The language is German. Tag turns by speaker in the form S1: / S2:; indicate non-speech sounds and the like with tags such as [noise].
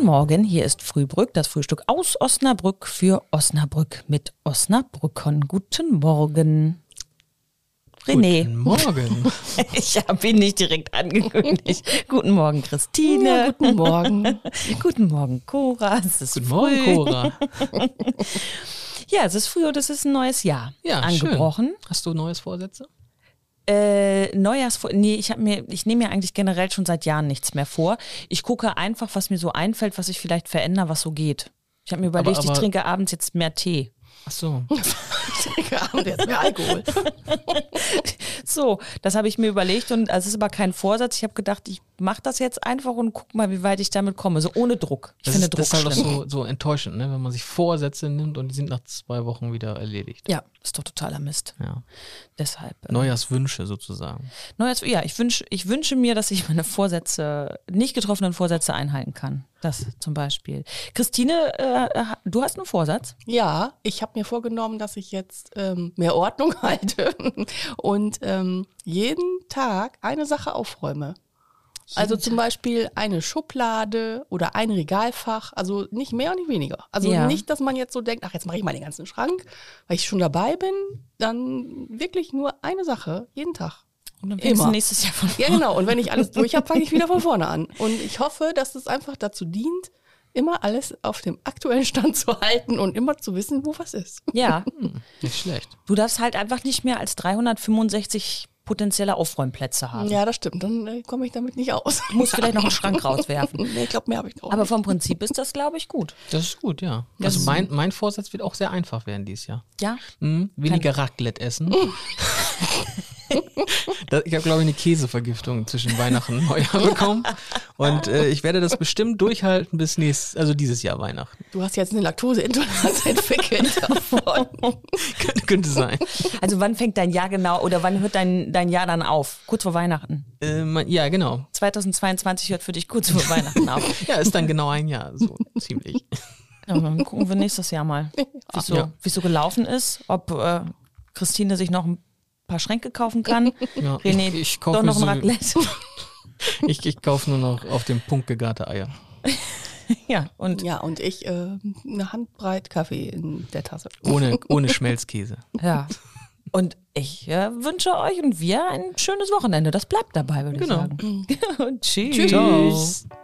S1: Morgen. Hier ist Frühbrück, das Frühstück aus Osnabrück für Osnabrück mit Osnabrückern. Guten Morgen.
S2: Äh,
S1: René.
S2: Guten Morgen.
S1: [laughs] Ich habe ihn nicht direkt
S2: [laughs]
S1: angekündigt. Guten Morgen, Christine.
S3: Ja, guten Morgen.
S1: [laughs] Guten Morgen, Cora. Es ist
S2: [laughs] Guten Morgen,
S1: früh.
S2: Cora.
S1: Ja, es ist früh und es ist ein neues Jahr
S2: Ja,
S1: angebrochen.
S2: Schön. Hast du neues Vorsätze?
S1: Äh, Neujahrsvor nee, ich habe mir, ich nehme mir eigentlich generell schon seit Jahren nichts mehr vor. Ich gucke einfach, was mir so einfällt, was ich vielleicht verändere, was so geht. Ich habe mir überlegt,
S2: aber-
S1: ich trinke abends jetzt mehr Tee.
S2: Ach [laughs] so.
S3: Abend jetzt mehr Alkohol.
S1: So, das habe ich mir überlegt und also es ist aber kein Vorsatz. Ich habe gedacht, ich mache das jetzt einfach und guck mal, wie weit ich damit komme. So ohne Druck. Ich
S2: Das
S1: finde
S2: ist,
S1: Druck
S2: das ist halt auch
S1: schlimm.
S2: so, so enttäuschend, ne? wenn man sich Vorsätze nimmt und die sind nach zwei Wochen wieder erledigt.
S1: Ja, ist doch totaler Mist.
S2: Ja.
S1: Deshalb. äh,
S2: Neujahrswünsche sozusagen.
S1: Neues, ja, ich wünsche ich wünsche mir, dass ich meine Vorsätze, nicht getroffenen Vorsätze einhalten kann. Das zum Beispiel. Christine, äh, du hast einen Vorsatz?
S3: Ja, ich habe mir vorgenommen, dass ich jetzt ähm, mehr Ordnung [laughs] halte und ähm, jeden Tag eine Sache aufräume. also zum Beispiel eine Schublade oder ein Regalfach, also nicht mehr und nicht weniger. Also
S1: Ja.
S3: nicht, dass man jetzt so denkt, ach jetzt mache ich mal den ganzen Schrank, weil ich schon dabei bin, dann wirklich nur eine Sache jeden Tag.
S1: Und dann
S3: fängst du
S1: nächstes Jahr von [laughs]
S3: Ja, genau. Und wenn ich alles durch habe, fange ich wieder von vorne an. Und ich hoffe, dass es einfach dazu dient, immer alles auf dem aktuellen Stand zu halten und immer zu wissen, wo was ist.
S1: Ja,
S2: Nicht schlecht.
S1: du darfst halt einfach nicht mehr als 365 potenzielle Aufräumplätze haben.
S3: Ja, das stimmt. Dann äh, komme ich damit nicht aus.
S1: Du musst vielleicht noch einen
S2: [laughs]
S1: Schrank rauswerfen.
S3: nee, ich glaube, mehr habe ich noch.
S1: Aber vom Prinzip ist das, glaube ich, gut.
S2: Das ist gut, ja. Also mein, mein Vorsatz wird auch sehr einfach werden dieses Jahr.
S1: Ja.
S2: Mhm. Weniger Raclette essen.
S1: Oh.
S2: [laughs] Da- Ich habe, glaube ich, eine Käsevergiftung zwischen Weihnachten und Neujahr bekommen. Und äh, ich werde das bestimmt durchhalten bis nächstes, also dieses Jahr
S1: [laughs]
S2: Weihnachten.
S3: du hast jetzt eine Laktoseintoleranz entwickelt davon.
S2: Könnte- Könnte sein.
S1: Also wann fängt dein Jahr genau oder wann hört dein, dein Jahr dann auf? Kurz vor Weihnachten.
S2: Äh, man- ja, genau.
S1: 2022 hört für dich kurz vor Weihnachten auf.
S2: Ja, ist dann genau ein Jahr, so ziemlich.
S1: [laughs] Ja, dann gucken wir nächstes Jahr mal, wie es so,
S2: Ja.
S1: wie es so gelaufen ist, ob äh, Christine sich noch ein paar Schränke kaufen [laughs] kann.
S2: Ja,
S1: René,
S2: ich- ich
S1: doch
S2: kaufe
S1: noch ein
S2: so-
S1: Raclette.
S2: [laughs] Ich, ich kaufe nur noch auf den Punkt gegarte Eier.
S1: ja, und
S3: Ja, und ich äh, eine Handbreit Kaffee in der Tasse.
S2: Ohne, ohne Schmelzkäse.
S1: ja. Und ich äh, wünsche euch [laughs] und wir ein schönes Wochenende. Das bleibt dabei, würde
S2: Genau.
S1: ich sagen. Und Mhm. Tschüss.
S2: Ciao.